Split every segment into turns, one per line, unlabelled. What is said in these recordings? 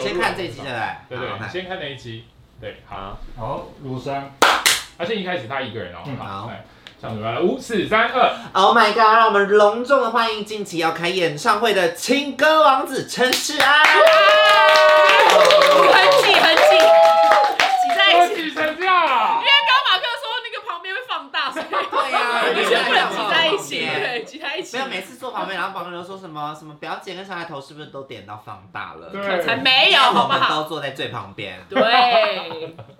先看这一集，对不对？
对
好
对，
看
先看那一期。对，好，
好，乳酸，
而且一开始他一个人哦。
嗯
好
来，上准备了，五四三二，
Oh my god！让我们隆重的欢迎近期要开演唱会的情歌王子陈世安。
很挤很挤，挤在
我
一起。
挤成这样
因为。刚刚马克说那个旁边会放大，所以
对呀
我们就不能挤在一起，
对
对，挤在一起。
没有，每次坐旁边，然后旁边都说什么什么表姐跟小孩头是不是都点到放大了？
对
才没有，好
我
不
们
好？
都坐在最旁边。
对，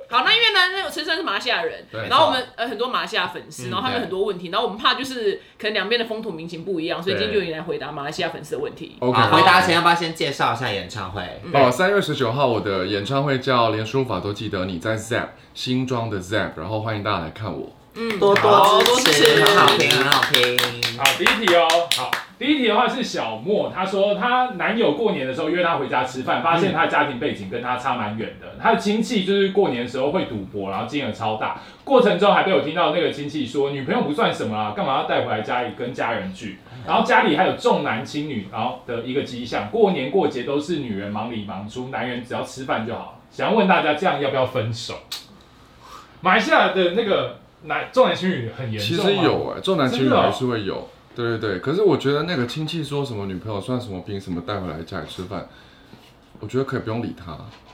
好，那因为呢，那个陈生是马来西亚人，
对
然后我们呃很多马来西亚粉丝，
嗯
然后他们
对
很多问题，然后我们怕就是可能两边的风土民情不一样，所以今天
对
就你来回答马来西亚粉丝的问题。
OK，
好，回答前要不要先介绍一下演唱会？
嗯
哦，三月十九号我的演唱会叫《连书法都记得你》，在 Zap 新庄的 Zap，然后欢迎大家来看我。
嗯，
多
好
多支持，很好听，很好听。
好，第一题哦。好，第一题的话是小莫，她说她男友过年的时候约她回家吃饭，发现她家庭背景跟她差蛮远的。她的亲戚就是过年的时候会赌博，然后金额超大，过程中还被我听到那个亲戚说女朋友不算什么啦，干嘛要带回来家里跟家人聚？然后家里还有重男轻女，然后的一个迹象，过年过节都是女人忙里忙出，男人只要吃饭就好。想要问大家，这样要不要分手？马来西亚的那个男重男轻女很严
其
重
实
吗
有哎、重男轻
真
女
的哦
还是会有。对对对，可是我觉得那个亲戚说什么女朋友算什么，凭什么带回来家里吃饭？我觉得可以不用理他，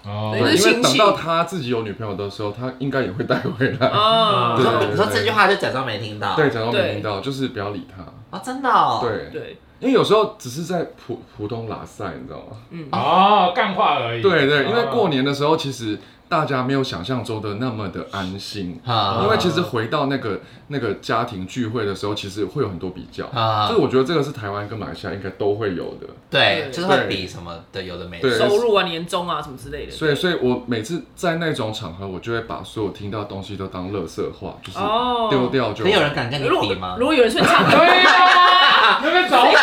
哦
对就
对，
是
因为
亲戚
等到他自己有女朋友的时候，他应该也会带回来。
哦
你
对
说你说这句话就假装没听到。
对，假装
对
没听到，就是不要理他。
哦，真的哦。。
对，
对，
因为有时候只是在普普通拉塞，你知道吗？
嗯，
哦，干话而已。
对对，因为
哦
过年的时候，其实大家没有想象中的那么的安心。
啊
因为其实回到那个那个家庭聚会的时候，其实会有很多比较，
啊
就是我觉得这个是台湾跟马来西亚应该都会有的，
对，
对
就是会比什么的有的没
对
的。
收入啊、年终啊什么之类的。
所以所以我每次在那种场合，我就会把所有听到的东西都当垃圾话，就是
哦
丢掉就
可。有人敢跟你
如
比
果
吗
如？果有人顺畅，
对呀，那边找死。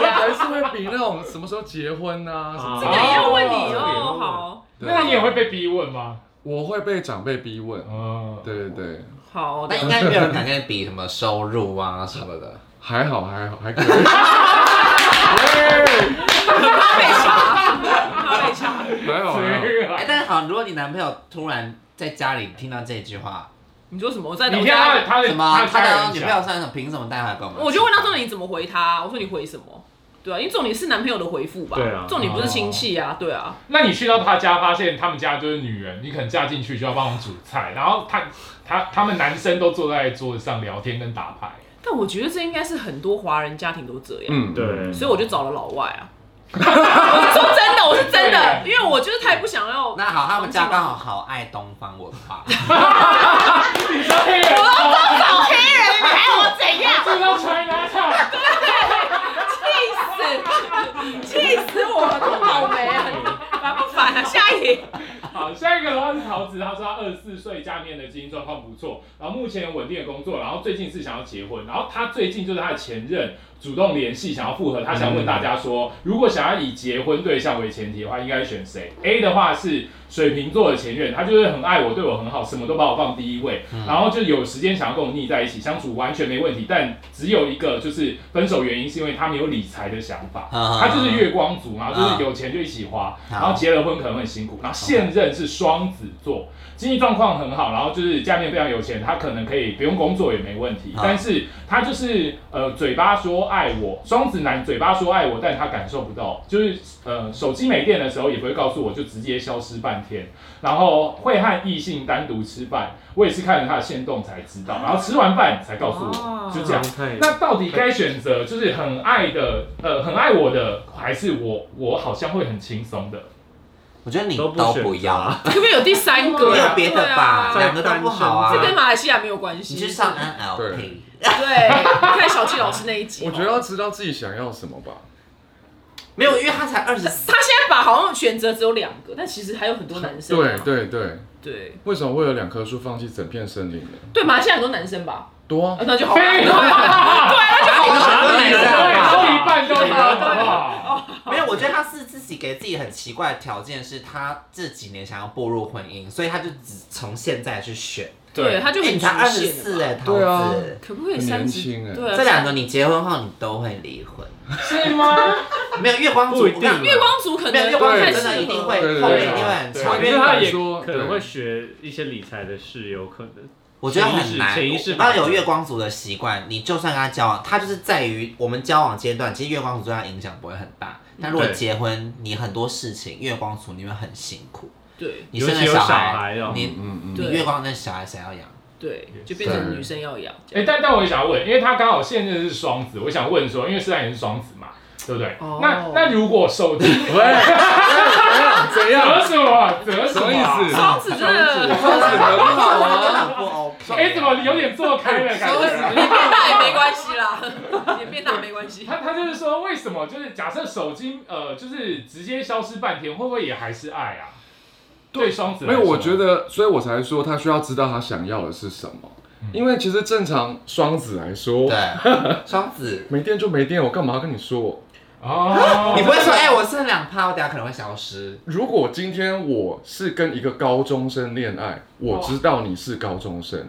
还是会比那种什么时候结婚啊，什么
这个也要问你
哦
哦。好
那你也会被逼问吗？
我会被长辈逼问，
哦，
对对对，
好
那
的，
应该没有人敢跟你比什么收入啊什么的。
还好还好还可以，
怕被查，怕被查。
还好还好。
谁
哎，
啊？
但是好，如果你男朋友突然在家里听到这句话，
你说什么？我在
你
哎我
听啊他的
在，
他的
什么他
他家
的
人
女朋友
讲，
算什么？凭什么带回来跟我们？
我就问他说你怎么回他？我说你回什么？对啊，因为重点是男朋友的回复吧。
对啊
重点不是亲戚啊，对啊。
那你去到他家，发现他们家就是女人，你可能嫁进去就要帮忙煮菜，然后他他他们男生都坐在桌子上聊天跟打牌。
但我觉得这应该是很多华人家庭都这样，
嗯，对
所以我就找了老外啊。我是说真的，我是真的，因为我就是太不想要。
那好，他们家刚好好爱东方文化，
你说黑人吗？
找黑人还我怎样？
这叫 China Town。
气死，气死我了，多倒霉啊！烦不烦啊？下一题。
好，下一个的话是桃子，她说她二十四岁，家里面的经济状况不错，然后目前有稳定的工作，然后最近是想要结婚，然后她最近就是她的前任主动联系，想要复合，她想问大家说，如果想要以结婚对象为前提的话，应该选谁？A 的话是水瓶座的前任，他就是很爱我，对我很好，什么都把我放第一位，然后就有时间想要跟我腻在一起，相处完全没问题，但只有一个就是分手原因是因为他没有理财的想法，他就是月光族，然后就是有钱就一起花，然后结了婚可能很辛苦。然后现任是双子座，经济状况很好，然后就是家里面非常有钱，他可能可以不用工作也没问题。
啊
但是他就是呃，嘴巴说爱我，双子男嘴巴说爱我，但他感受不到，就是呃，手机没电的时候也不会告诉我，就直接消失半天。然后会和异性单独吃饭，我也是看了他的线动才知道，然后吃完饭才告诉
哦
我，就这样。那到底该选择就是很爱的，呃，很爱我的，还是我我好像会很轻松的？
我觉得你都不要，
可不可以有第三个
没
啊？
有别的吧，
对啊
两个都不好啊
这。跟马来西亚没有关系。
你去上 NLP，
对
对，看小纪老师那一集。哦
我觉得要知道自己想要什么吧。
没有，因为他才二十
他现在把好像选择只有两个，但其实还有很多男生
对
啊。
对对，
对
为什么会有两棵树放弃整片森林呢？
对，马来西亚很多男生吧，
多啊
呃
啊，那就好了。
废
对
话，
对
对，
啊
都一半都一半，好不好？
没有，我觉得他是自己给自己很奇怪的条件，是他这几年想要步入婚姻，所以他就只从现在去选。
对，他就
哎
很
你
局
才二十
限
四
了吧。
哎，桃
对啊
子。
可不可以
很
三
年
十？
轻哎
对啊，
这两个你结婚后你都会离婚，
是吗？
没有月光族，
不一
我跟你讲
定
月光族可
没有
能
月光族
太
真的
适
一定
合
会
对对对
后面一定会很
对
长
我
对。
觉得他也
说
可能
对
会学一些理财的事，有可能。
我觉得很难。
潜意识
我刚刚有月光族的习惯，你就算跟他交往，他就是在于我们交往阶段，其实月光族对他影响不会很大。但如果
对
结婚，你很多事情月光族你会很辛苦，
对
你生了
尤其有
孩，
小孩哦
你
嗯嗯
你
对
月光那小孩谁要养？
对，就变成女生要养。
哎、但但我也想问，因为他刚好现任是双子，我想问说，因为施坦也是双子嘛，对不对？
哦
那那如果手机
喂，怎样？
折什么？折什
什么
么
意
啊？
思？
双子真的
哎双子很好啊，
很不 OK。
哎、怎么你有点做开了感觉？
你变大也没关系啦， 你变大也没关系。
他他就是说，为什么就是假设手机呃，就是直接消失半天，会不会也还是爱啊？对双子来
没有，
说，
我觉得，所以我才说他需要知道他想要的是什么，因为其实正常双子来
嗯
说，
对，双子，
没电就没电，我干嘛要跟你说？
哦，
你不会说哎，我剩两趴，我等下可能会消失。
如果今天我是跟一个高中生恋爱，我知道你是高中生，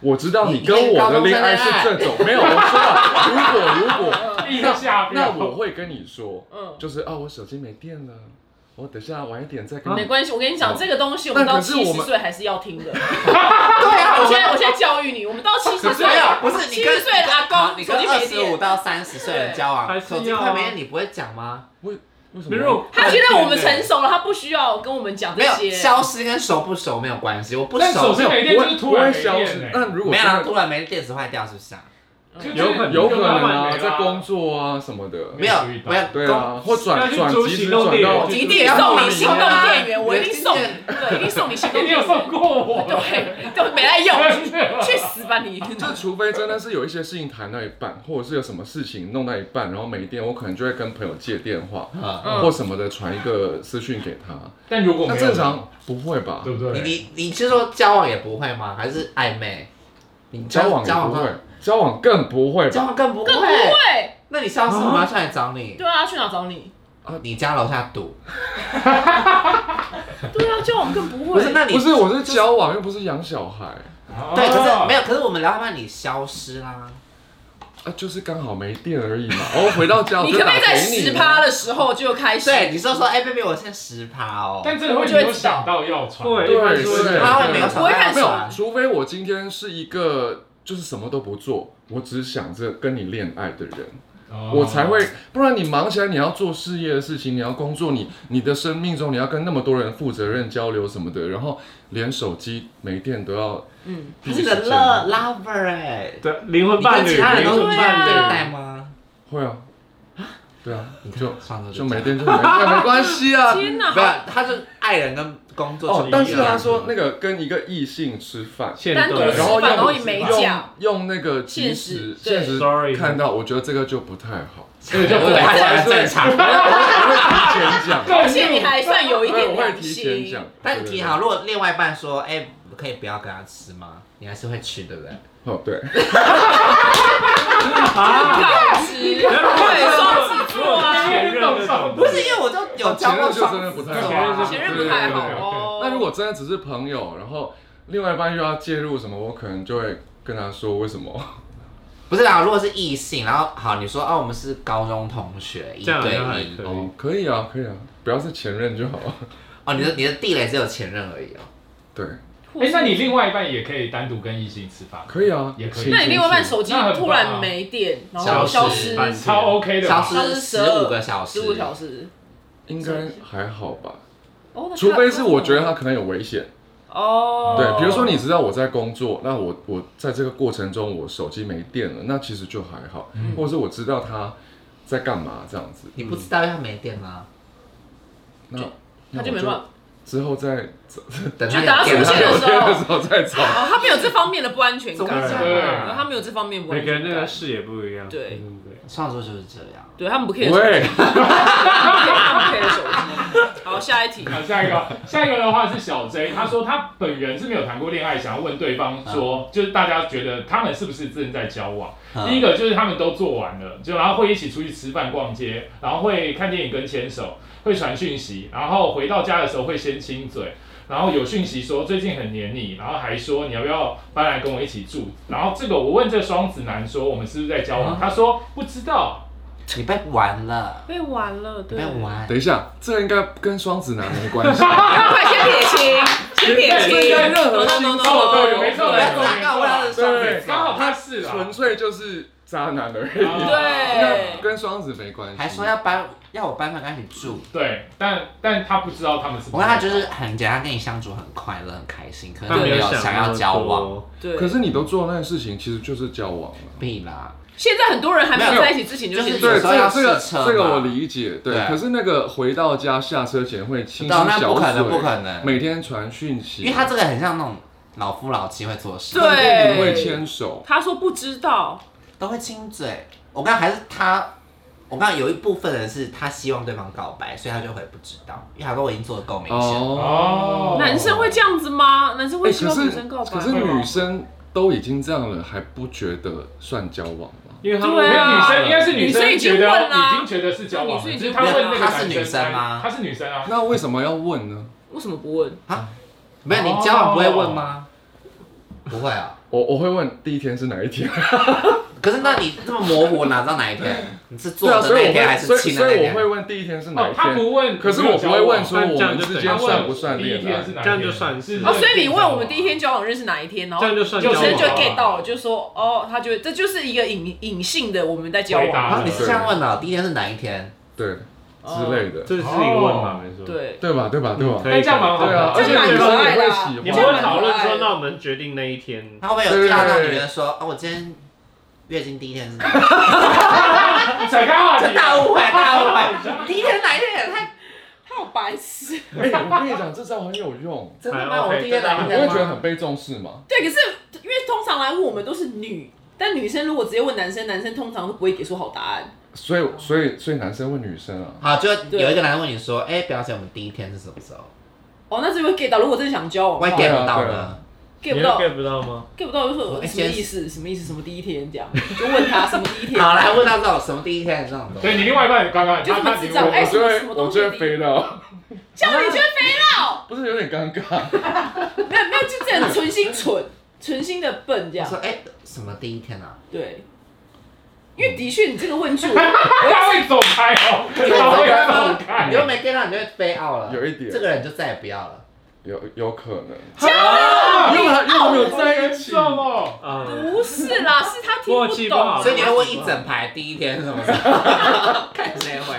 我知道你跟我的恋爱是这种，没有，我知道。如果如果，
一个下
那
标
我会跟你说，
嗯，
就是啊，我手机没电了，我等下晚一点再跟
啊
没
你。
关系，我跟你讲，
哦
这个东西我们到
但可是
七
我
十
们
岁还是 要听的。
对啊，
我
我
现
现
在
在
我现在教育你，我们到七十
可是
岁
没有，不是你
啊七
跟啊
十岁的阿公
你
手
跟
机
二
没
十五
电，
到三十岁的人交往，
对还是
手机
要啊
快没电，你不会讲吗？
为为什
没
么？
有，
他觉得我们成熟了，他不需要跟我们讲这
没有，
些。
消失跟熟不熟没有关系，我不
但手
熟
机。没电就是突然没
消
电
失
欸。
但如果
没有
真
啊，
的
突然没电池坏掉是不是啊？
就
有可能
有可能啊，
就
在工作啊什么的。
没有，
没注意到
没有，
对啊，或转
要去
转
租
即时
行动
转
电
到
源
一定送你行动电源，
对
我一定送你，对，一定送 你行动
你
电
有送
源。
过我？
对，都没来用，
真的
去死吧你！
就除非真的是有一些事情谈到一半，或者是有什么事情弄到一半，然后没电，我可能就会跟朋友借电话、
啊
嗯
或什么的，传一个私讯给他。
但如果没
那
有
正，常不会吧
嗯对？不
你
对？
你你是说交往也不会吗？还是暧昧？你
交往也
交往
不
都
会，交往更不会
交
吧？
往更不
更不会，
那你消失，我们要上来找你。哦
对啊，去哪找你？
你家楼下堵，
对啊，交往更不
不是？
会。
那你
不是，我是交往又不是养小孩
啊哦
对，可是没
有。
有，可是我们聊到半你消失啦。
啊，就是刚好没电而已嘛。我回到家，我
你
就
可不
打
可以
给
在
你
十
啊
趴的时候就开始？
对，你说说，哎，baby，我剩十趴哦。
但真的会没有想到要传，
对，
对
一般说
对
他会啊没有想
不
到
会看
要
没有
传，
除非我今天是一个就是什么都不做，我只想着跟你恋爱的人，
哦
我才会。不然你忙起来，你要做事业的事情，你要工作，你你的生命中你要跟那么多人负责任交流什么的，然后连手机没电都要
嗯，
他
第一
是
时
个
间。
乐 lover 哎。
对灵魂
你
伴
跟
侣，
其他人
灵
都是
魂
这
伴
样
侣
对待吗？
会啊，对啊，
你看
就
上周
就
这
没
样
电就没电，没关系啊。
天哪，
不
好
是，他是爱人跟工作
哦，但是他
他
说那个跟一个异性吃饭，
限
单独
动，
吃
然后
饭，
用
然后也没
用
讲。
用那个即时
现实对
现实
Sorry
看到，我觉得这个就不太 好。
这个就不
还
会
是很正常。
提前讲，
而且你还算有一点
我会
良
提前讲
心，。
但你好，，如果另外一半说，哎，可以不要跟他吃吗？你还是会吃，对不对？
哦对，
告知，对，双子座啊，
前任那种
不
不是因为我都有交过
前任就真
双
的不
子座
太好
啊，
前任不太好哦。
哎那如果真的只是朋友，然后另外一半又要介入什么，我可能就会跟他说为什么。
不是啦，如果是异性，然后好，你说哦，我们是高中同学，一
这样好
对
像还
一
可以
哦。，可以啊，可以啊，不要是前任就好。
哦，你的你的地雷只有前任而已哦。
对，
哎，那你另外一半也可以单独跟异性吃饭，
可以啊，
也可以
行
那你另外一半
行
手机突然没电，然后消
消
失
失
超 OK 的
消
吧。
失十五个小时，
十五小时，
应该还好吧，
哦，那
除非是我觉得他可能有危险。
哦，
对，比如说你知道我在工作，那我我在这个过程中我手机没电了，那其实就还好，或者是我知道他在干嘛这样子，
你不知道他没电吗？
那
他
那我
就没办法，
之后再
等
就等他
有电
出
了
现的时候
有电的时候再找。
哦，他没有这方面的不安全
总
感，
是
对
这
对
样
他
啊。
没有这方面不安
每个人
全
的
感，
视野不一样，
对
对不对？
上周就是这样。
对他们不 care 手机，
喂，
他们不 care 手机。好，下一题。
好，下一个，下一个的话是小 J，他说他本人是没有谈过恋爱，想要问对方说，就是大家觉得他们是不是正在交往？第一
嗯
个就是他们都做完了，就然后会一起出去吃饭、逛街，然后会看电影跟牵手，会传讯息，然后回到家的时候会先亲嘴，然后有讯息说最近很黏你，然后还说你要不要搬来跟我一起住？然后这个我问这双子男说我们是不是在交往，他说不知道，
你被玩了，
被玩了，
你
对，
被玩。
等一下，这应该跟双子男没关系。
快先撇清，先撇
对
清
这应该，
任何
懂懂
星
懂懂
座
哦
都有
懂
没错
对
没错
他告他的双
对
子
刚好
座，
他是啦，
纯粹就是渣男而
啊
已，
对
跟双子没关系。
还说要搬，要我搬到跟你住。
对，但但他不知道他们是不
我
是
看他就是很简单，跟你相处很快乐、很开心，可
他
能没
没有
有想要交往，
往，
对。
可是你都做那些事情，其实就是交往了。
必啦。
现在很多人还没
没
有
有
在一起之前就
就是
先
有
对，
时
这
候要
个这个
试车嘛
这个我理解，对
对。
可是那个回到家下车前会亲亲
那那
小
不可能，不
嘴，
可能，
每天传讯息，
因为他这个很像那种老夫老妻会做事，
对
不仅会牵手，
他说不知道，
都会亲嘴。我刚刚还是他，我刚刚有一部分人是他希望对方告白，所以他就会不知道，因为他说我已经做的够明显。
哦
男生啊会这样子吗？男生
哎
会希
可
望女
是
生告白
可
吗？
是女生都已经这样了，还不觉得算交往吗？
因为他
对
没有女
啊
生，应该是女生觉得
女生已经问啦
已经觉得是交往了，
女生已
只
经
是他问那个
她是
男
女生吗
她是女生啊，
那为什么要问呢？
为什么不问？
没有，你交往不会问吗？不会啊。
我我会问第一天是哪一天，
可是那你这么模糊，我哪知道哪一天？你是做
对啊，
的
所
那
以
一
我
天还
会，
是
所以
亲的
所
那一
以我
天
会？问第一天是哪
哦
一，
他
天。
不问，
可是我不会问说
但
我
这样
们
就
之
等于
间
他问
算不算
第一
恋
天
爱
是？哪一天，
这样就算是
哦，所以你问我们第一天交往认识哪一天，然后
这样
女
就算交往
生就
女
get 到了，就说哦，他觉得这就是一个隐隐性的我们在交
回
往
答
啊，你是这样问的，第一天是哪一天？
对之类的，
这是自己问嘛，没错。，
对，
对吧？对吧？对吧？
可以
哎这样蛮好
对啊
的，，
而
这
且
样蛮
女
可
生
爱
也
的啊
会喜
你
欢
们会讨论说，那我们决定那一天，
他会不会有叫到女人说，哦，我今天月经第一天是 哪一天？
甩开话
这
题，啊
大误会，大误会，第一天哪一天也太
他好白痴。
哎、我跟你讲，这招很有用，
真的
哎
吗？
，OK，
我第一天哪一
你
天
会
吗？
觉得很被重视吗？
对，可是因为通常来问我们都是女，但女生如果直接问男生，男生通常都不会给出好答案。
所以，所以，所以男生问女生啊，
好，就有一个男生问你说，哎，表姐，我们第一天是什么时候？
哦，那这边 get 到，如果真的想交往
哦
我
的
会
话
get 不到
对
呢
啊。
，get
你
不
会
到
get 不到吗？
get 不到就说
哎
什么意思？什么意思？什么第一天这样？你就问他什么第一
啊
天？
好，来问到这种什么第一天这种东
所以
西，
你另外一半刚刚
就
他
这么
他
智
只
障
问
哎
我就
什
会，
么
我
东西
就会飞到，
叫你去飞到，
不是有点尴尬？
没有没有，就这样存心蠢，存心的笨这
我
样
说，。哎，什么第一天 啊？
对，因为的确你这个问句，
他会走开哦，他会走
你又
开。
没 get 到，你就会飞 out 了。
有一点
这个人就再也不要了。
有有可能，
啊
因为他因为他们有
好
在
严
一起，
重哦，
啊，
不是啦，是他听
默
不
契不
懂啊
好。
所以你会问一整排第一天是什么时候？ 看谁回。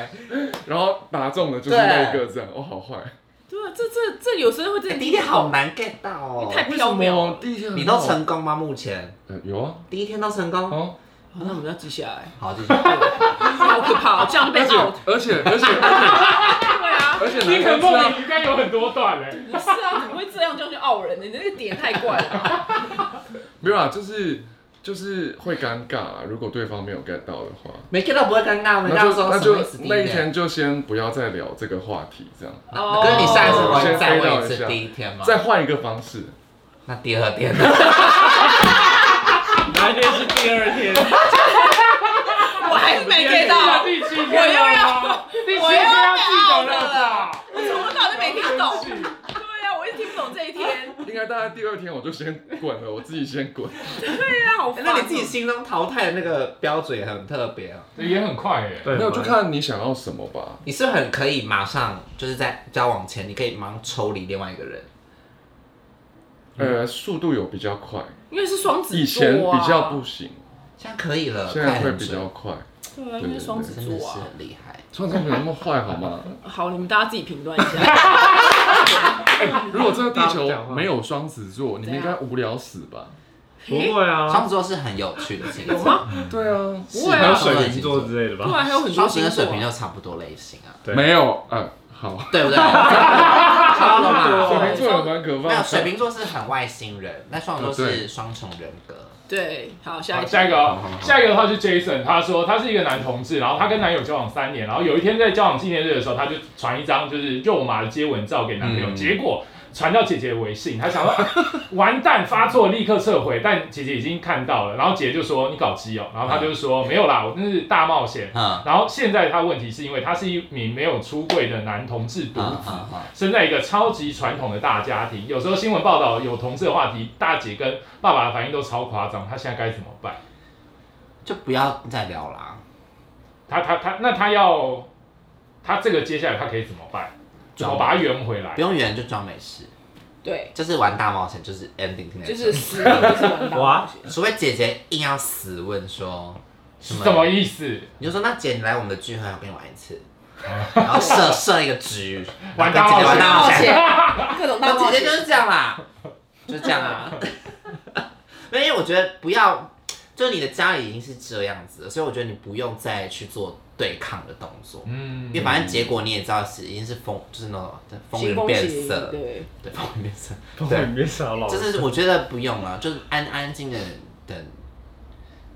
然后打中的就是那个这样，哦，好坏，
对啊，这这这有时候会真
哎
的
第一天好难 get 到哦。
太
为
缥
什
缈了。
么第一天很
你都
好
成功吗？目前
呃有啊，
第一天都成功。
哦，
好那我们要记下来，
好，继续。啊
好可怕哦，这样被
而且
out。
而且而且
对啊，
而且
你
男
可
生知
梦
道
里应该有很多段嘞。
不是啊，怎么会这样？这样就傲人呢？你那个点太怪了吧。
没有啊，就是就是会尴尬啊，如果对方没有 get 到的话。
没 get 到不会尴尬吗？你
那
刚刚
就
说
那
什么
就
意思？第一
那一
天。
天就先不要再聊这个话题，这样
哦
跟你下一次
我
玩
先
再
飞
问
到
一
一
次
下
第一天吗？
再换一个方式。
那第二天呢？
哪一天是第二 天？
哦我还是没 get 到，
第七天
我又要
了，第七
我
天
又
要
要
记得
闹
了
了
吧？
我从头到尾没听懂。
真是
对啊，我一直听不懂这一天。
应该大概第二天我就先滚了，我自己先滚。
对啊，好烦哦。
那你自己心中淘汰的那个标准也很特别啊。
也很快哎。
对
没有，就看你想要什么吧。
你是不是很可以马上就是在交往前，你可以马上抽离另外一个人。
呃，速度有比较快，
因为是双子座啊，
以前比较不行，
现在可以了，
现
快
在会
很
比
准
较快。
对啊，因为双子
真的
座
是
啊。
很厉害。
创造没有那么坏好吗？
好，你们大家自己评断一下。
如果这个地
大家不讲
球
话
没有双子座，你们应
怎
该
样
无聊死吧？
不会
双
啊，
子座是很有趣的星
有
座，
吗？
对啊，
不会
哎还有
啊，
水瓶座之类的
对
吧？
啊，还有很多
双子
星
跟
座
水
啊
瓶就差不多类型啊，
对
呃没有，嗯，好，
啊
对不对？差不多嘛。
水
对
瓶座也蛮可
没有
怕
水
的。
瓶座是很外星人，那双子座
哦
是
对
双重人格。
对，好，下
好，
一题。
下一个
好
哦
好，好
下一个的话是 Jason，他说他是一个男同志，然后他跟男友交往三年，然后有一天在交往纪念日的时候，他就传一张就是肉麻的接吻照给男朋友，
嗯
结果传到姐姐微信，他想说完蛋发作，立刻撤回，但姐姐已经看到了，然后姐姐就说你搞基哦，然后他就说没有啦，我那是大冒险。
嗯
然后现在他问题是因为他是一名没有出柜的男同志独
啊
嗯
子，
嗯嗯，
生在一个超级传统的大家庭，有时候新闻报道有同志的话题，大姐跟爸爸的反应都超夸张，他现在该怎么办？
就不要再聊啦，
他他他，那他要他这个接下来他可以怎么办？然后把它圆回来
不。用圆就装没事，
对，
就是玩大冒险，就是 ending 听得懂
就是死定就是完蛋。
哇
除非姐姐硬要死问说什么，
什么意思？
你就说那姐你来我们的聚会，我跟你玩一次，然后设设一个局，
玩
然
大
后跟姐姐玩大
冒
冒
险
险，，
各种大
那
冒
姐姐就
险。
是这样啦，就这样啊。没有，因为我觉得不要，就你的家里已经是这样子了，所以我觉得你不用再去做对抗的动作，
嗯
因为反正结果你也知道是已经是风，就是那种风
新
云
风
变
起云
色，
对，
对，风云变色。
对，里面傻老
就
师，
是我觉得不用了，就是安安静的等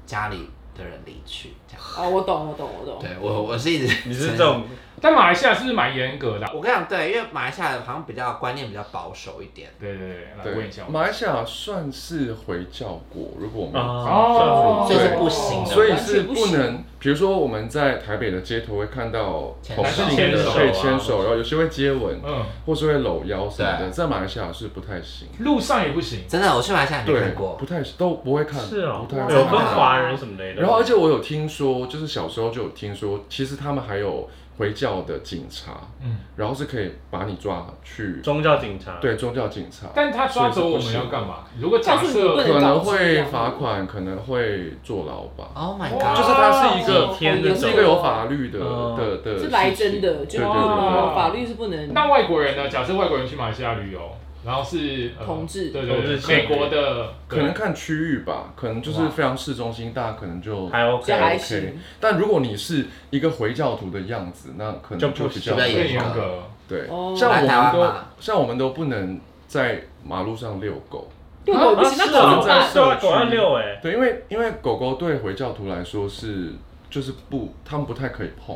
家里的人离去这样。
啊，我懂，我懂，我懂。
对我，我是一直
哦 你是这，种
但马来西亚是不是蛮严格的啊、
我跟你讲，对，因为马来西亚人好像比较观念比较保守一点，
对对对，来问
对
一下，我。
马来西亚算是回教国，如果我
啊
们
哦，
所以是不行的
所以
完
是
全不
不
行
能，比如说我们在台北的街头会看到同性
牵
的
手
对
啊
牵手，然后有些会接吻，
嗯，
或是会搂腰什么
对
的，在马来西亚是不太行，
路上也不行。
真的，我去马来西亚没
对
看，过
不，太都不会看，
是哦，
不太
有
会
分
看。
华人什么类的。
然后而且我有听说，就是小时候就有听说，其实他们还有回教的警察，
嗯，
然后是可以把你抓去，
宗教警察，
对宗教警察，
但他抓走我们要干嘛？如果假
告诉你不
设
能
可能会罚款，可能会坐牢吧。
Oh
哦
my
哇
god！
就是它是一个
天
这
的
哦是一个有法律的
哦
的的，
是来真的，就
对
是
对
哦
对
法律是不能。
那外国人呢？假设外国人去马来西亚旅游，然后是呃
同志
对
同
对
志
对，美国的
可能看区域吧，可能就是非常市中心，大家可能就
还
就还
OK，啊
行
OK。但如果你是一个回教徒的样子，那可
就
能
不
就比
行
较
对
更严格。
对
哦，
像我
来台湾
们都
吧
像我们都不能在马路上遛狗，
遛狗不行，那
是
狗怎
哦
么办？
对啊，狗要遛哎，
对，因为因为狗狗对回教徒来说是就是不，他们不太可以碰，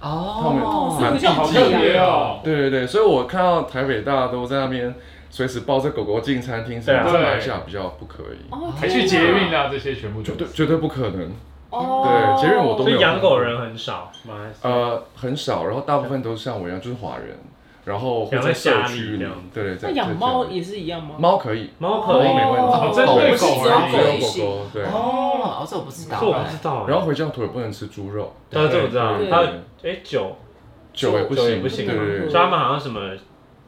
他们
哦，
哦，是不是
好
很
特别哦！
对对对，所以我看到台北大家都在那边随时抱着狗狗进餐厅什
对
么
啊
的，在马来西亚比较不可以，
哦，
还去捷运
的。
啊，这些全部都
绝对绝对不可能，
哦，
对捷运我都
所
没有
以养狗人很少，马来西亚
呃，很少，然后大部分都是像我一样，就是华人，然后会
养在
在社
家里
区
这
里
样，
对对，在
那养
在
猫
家里
也是一样吗？
猫可以，
猫可以
没问题
哦针对狗而
只有
已
对
狗狗对。
哦，哦，这我不知道
这我不知
哎。
道欸。
然后回教徒也不能吃猪肉，
对，这我知道
对。
还有哎酒
酒也不
酒也
行，
不行嘛，
对对
所
对
以他们好像什么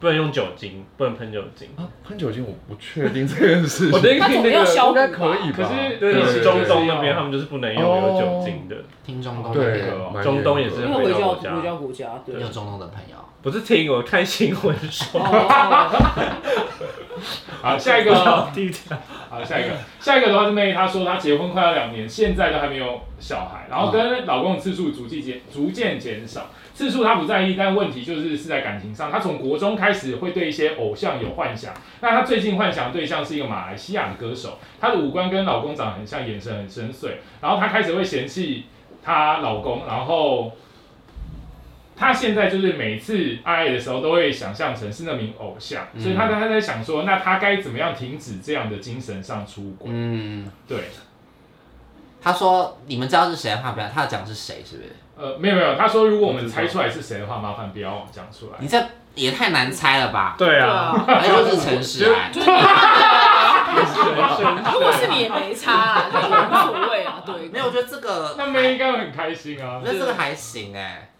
不能用酒精，不能喷酒精。
啊，喷酒精我不确定这件事
我
情，
觉得
那总
那
要
个
消
应
毒吧
该可以吧？
可是
对，
对
是
对
中
对
东那边他们们就是不能用有酒精的，
听中东的
对
朋友，
蛮
中东也是
严格
因
的
为回教
回教
回教国家，对
你。有中东的朋友，
不是听我看新闻说。
哦，
好， 下一个哦，
低调，
好，下一个，下一个的话是妹，她说她结婚快要两年，现在都还没有小孩，然后跟老公的次数逐渐减，逐渐减少，次数她不在意，但问题就是是在感情上，她从国中开始会对一些偶像有幻想，那她最近幻想的对象是一个马来西亚的歌手，她的五官跟老公长得很像，眼神很深邃，然后她开始会嫌弃她老公，然后。她现在就是每次爱爱的时候，都会想象成是那名偶像，所以她她在想说，那她该怎么样停止这样的精神上出轨？
嗯，
对，
他说你们知道是谁的话，不要，他要讲是谁，是不是？
呃，没有没有，他说如果我们猜出来是谁的话，麻烦不要讲出来。
你这也太难猜了吧？
对
对
啊，
啊，
而且又是诚实啊爱，
就是你如
如
果是你也没差啊，就是无所谓啊，对。
没有，我觉得这个，
那妹应该会很开心啊
我。觉得这个还行哎，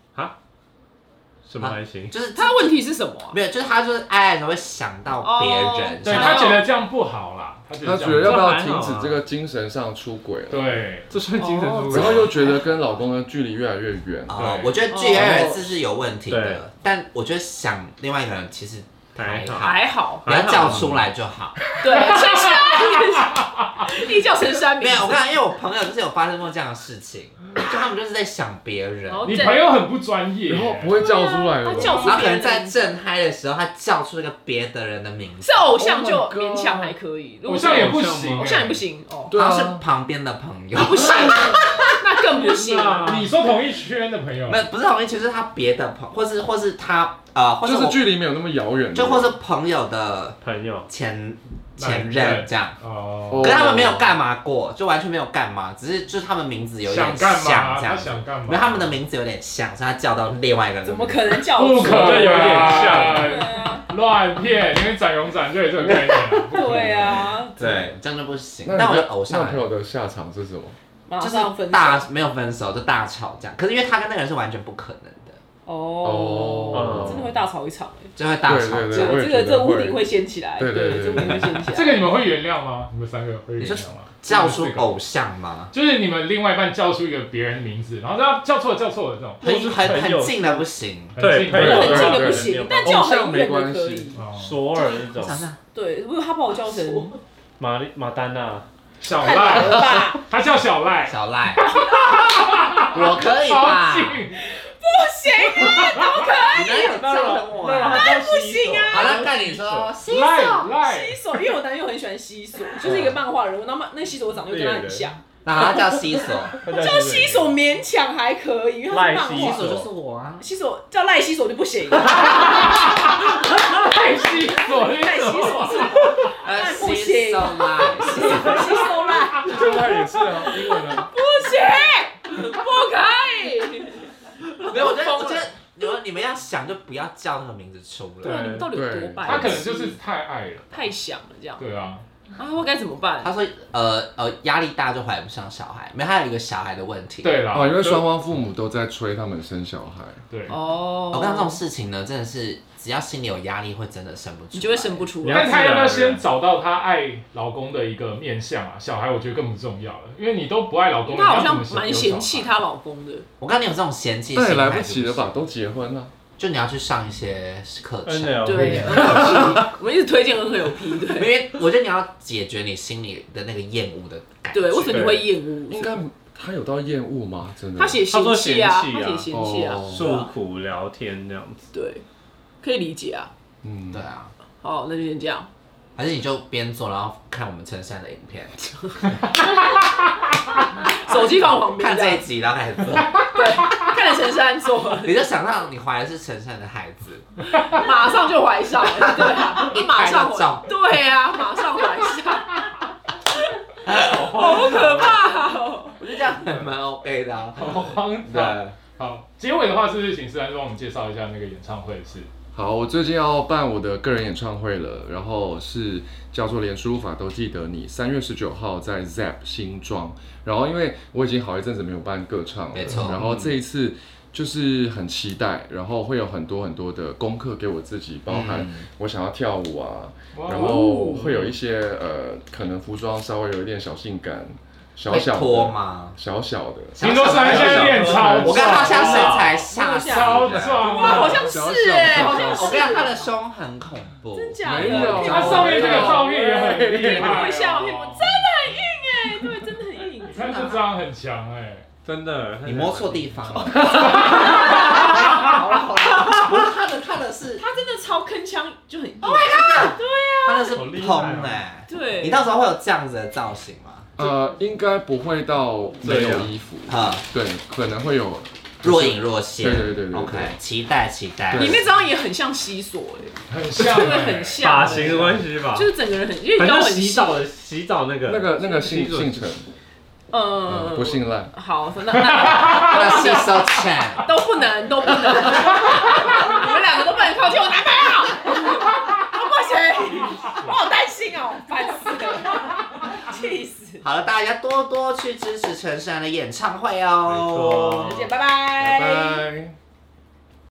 什么还 行，
就是
他的问题是什么啊？
没有，就是他就是爱爱的时候会想到别人，
哦
对
想
他
到
觉得这样不好啦，他觉
他
得
觉得
这
要
样
不
不
要停止这个精神上出轨
啊
了？
对，
这算
精神出轨
然哦后又觉得跟老公的距离越来越远，
哦
对，
我觉得 G
哦
L 是是有问题
对
的，但我觉得想另外一个人其实还
还
好，
还好，
不要叫出来就好。
对，陈珊，一叫陈 珊
没
名
有，我
字，
看 因为我朋友就是有发生过这样的事情，
嗯
就他们就是在想别人，
然
然
后
后
你朋友很不专业
然，后不会叫出来
对啊
了
他。叫出
可
别
能
人
在
的，
正嗨的时候，他叫出一个别的人的名字
是，偶像就
Oh my God
勉强还可以，如
偶
果
像也不行，
偶像也不。行哦，
对
然后是
啊，
旁边的朋友，
不行，那更不行。
你说同一圈的朋友，
没有不是同一群，是他别的朋，或是或是他呃，或是
就是
我
距离没有那么遥远的，
就或是朋友的
朋友，
前前任这样。
哦
哦，
可是他们没有干嘛过，就完全没有干嘛，只是就是他们名字有
想
点
干
像
嘛？
这
他
样，
想干嘛？
没有他们的名字有点像，所以他叫到另外一个人的
怎
名
么
字。
可能叫
不
我？
可能，
这有点
对
像
啊
乱骗，因为展荣展就有这个概念啊。不可能
对，啊，
对，这样就不行。
那你
但我
的
的偶
那
像
朋友的下场是什么？
马
就是
上分手
大没有分手，就大吵这样。可是因为他跟那个人是完全不可能的，
哦
哦，
真的会大吵一场哎，
就会大吵
对
架
这。
我
个这
也觉得
个这个屋
会
顶会掀起来，
对对对
这个屋顶会掀起来。
这个你们会原谅吗？你们三个会原谅吗？
叫出偶像吗？
就是你们另外一半叫出一个别人的名字，然后叫叫错了叫错了这种，
或
很
是
很
朋友
很近的不行。
很
对
近
朋友
很近的不
对
行，
对
但叫
偶像
很
没
远的
关系
可以。
哦
索尔那
我想
种，
想，
对，如果他把我叫成
玛丽马丹娜，
小
太老
赖，
了吧？
他叫小赖，
小 赖，我可以吧
超？近，
不行啊，
你男友叫等我
那
啊。
那不
行啊
好了，那你说，
哦
赖赖
西索，因为我男友很喜欢西索，就是一个漫画人物，那么那西索我长得又跟他很像，
那他叫西索，
叫
西索勉强还可以，因为他是漫
赖
西
西
画。
索就是我啊。
西索叫赖西索就不行，
赖西索
赖
那
西
种，
索是
呃，
不行
西索嘛，西索
西索赖，
这个也是啊，英文啊，
不行，不可以。
没有，我觉得我觉得你们你们要想就不要叫那个名字出
对
来。
啊，你们到底有多白？
他可能就是太爱了，
太想了这样，
对啊，
啊，我该怎么办？
他说，呃呃，压力大就怀不上小孩，没有，他有一个小孩的问题。
对啦，
啊，因为双方父母都在催他们生小孩，
对，
哦，
我跟你讲这种事情呢，真的是只要心里有压力，会真的生不出来，
你就会生不出
你
来。
但她要不要先找到她爱老公的一个面相啊？小孩我觉得更不重要了，因为你都不爱老公，
她好
你要
像
怎么
蛮
有
嫌弃
小孩。
她老公的，
我看你有这种嫌弃心，
但也来不及了吧？？都嗯结婚了，
就你要去上一些课程，
啊
N L
对
P，，
我们一直推荐 N 和有 P，
因
对
为我觉得你要解决你心里的那个厌恶的感觉。
对，为什么你会厌恶？
应该他有到厌恶吗？真的？
他写嫌弃啊，
他说嫌弃啊
他写嫌弃啊，
哦
诉苦聊天这样子，
对，可以理解啊。
嗯
对，啊，
好，那就先这样。
还是你就边做，然后看我们陈珊的影 片，
手机放旁边，
看这
样
一集，然后开始做，
对，看着陈珊做，
你就想到你怀的是陈珊的孩子，
马上就怀上了，对啊，一马上
拍个照
怀，对啊，马上怀上，好可怕哦！
我觉得这样很蛮 OK 的啊。
好荒唐！
对，
好，结尾的话，是不是请思安帮我们介绍一下那个演唱会是？
好，我最近要办我的个人演唱会了，然后是叫做《连输入法都记得你》，三月十九号在 ZAP 新庄。然后因为我已经好一阵子没有办歌唱了，
没错
然后这一次就是很期待，然后会有很多很多的功课给我自己，包含
嗯
我想要跳舞啊，
哇
然后会有一些呃，可能服装稍微有一点小性感，小
会
小的
脱吗？
小小的。
听说思安现在练超壮，
我跟他现在身
哇
材吓死
超
人
壮，
哇，好像
小
是
小
哎，好像
小
是，
我跟你讲，他的胸很恐怖，
真假的？
没有
他上面那个照片也很厉害哦，
我一下，我屁股真的很硬哎，对，真的很硬，
你看这张很强哎，
真的，
你摸错地方了。好了好了，不是他的他的是
他真的超铿锵，就很硬，
他的是
好厉害
蓬哎、
对，
你到时候会有这样子的造型吗？
呃，应该不会到没
这
有
样
衣服，
啊，
对，可能会有
若隐若现。
对对对对对
OK，期待期待。
对
你那张也很像西索哎，
很像
真的
哎，
很像
发型的关系吧，
就是整个人很，因为
反
腰
正
很
洗
细，
澡的洗澡那个
那个那个姓
是一种
姓陈，
嗯
嗯，，不。信赖。
好，那那
那是 so chan，
都不能，都不能，你们两个都不能靠近我啊男朋友，都不行，我好担心哦，烦死了，气死，
好了，大家多多去支持陈珊的演唱会
没错
哦。
再见，拜拜
拜。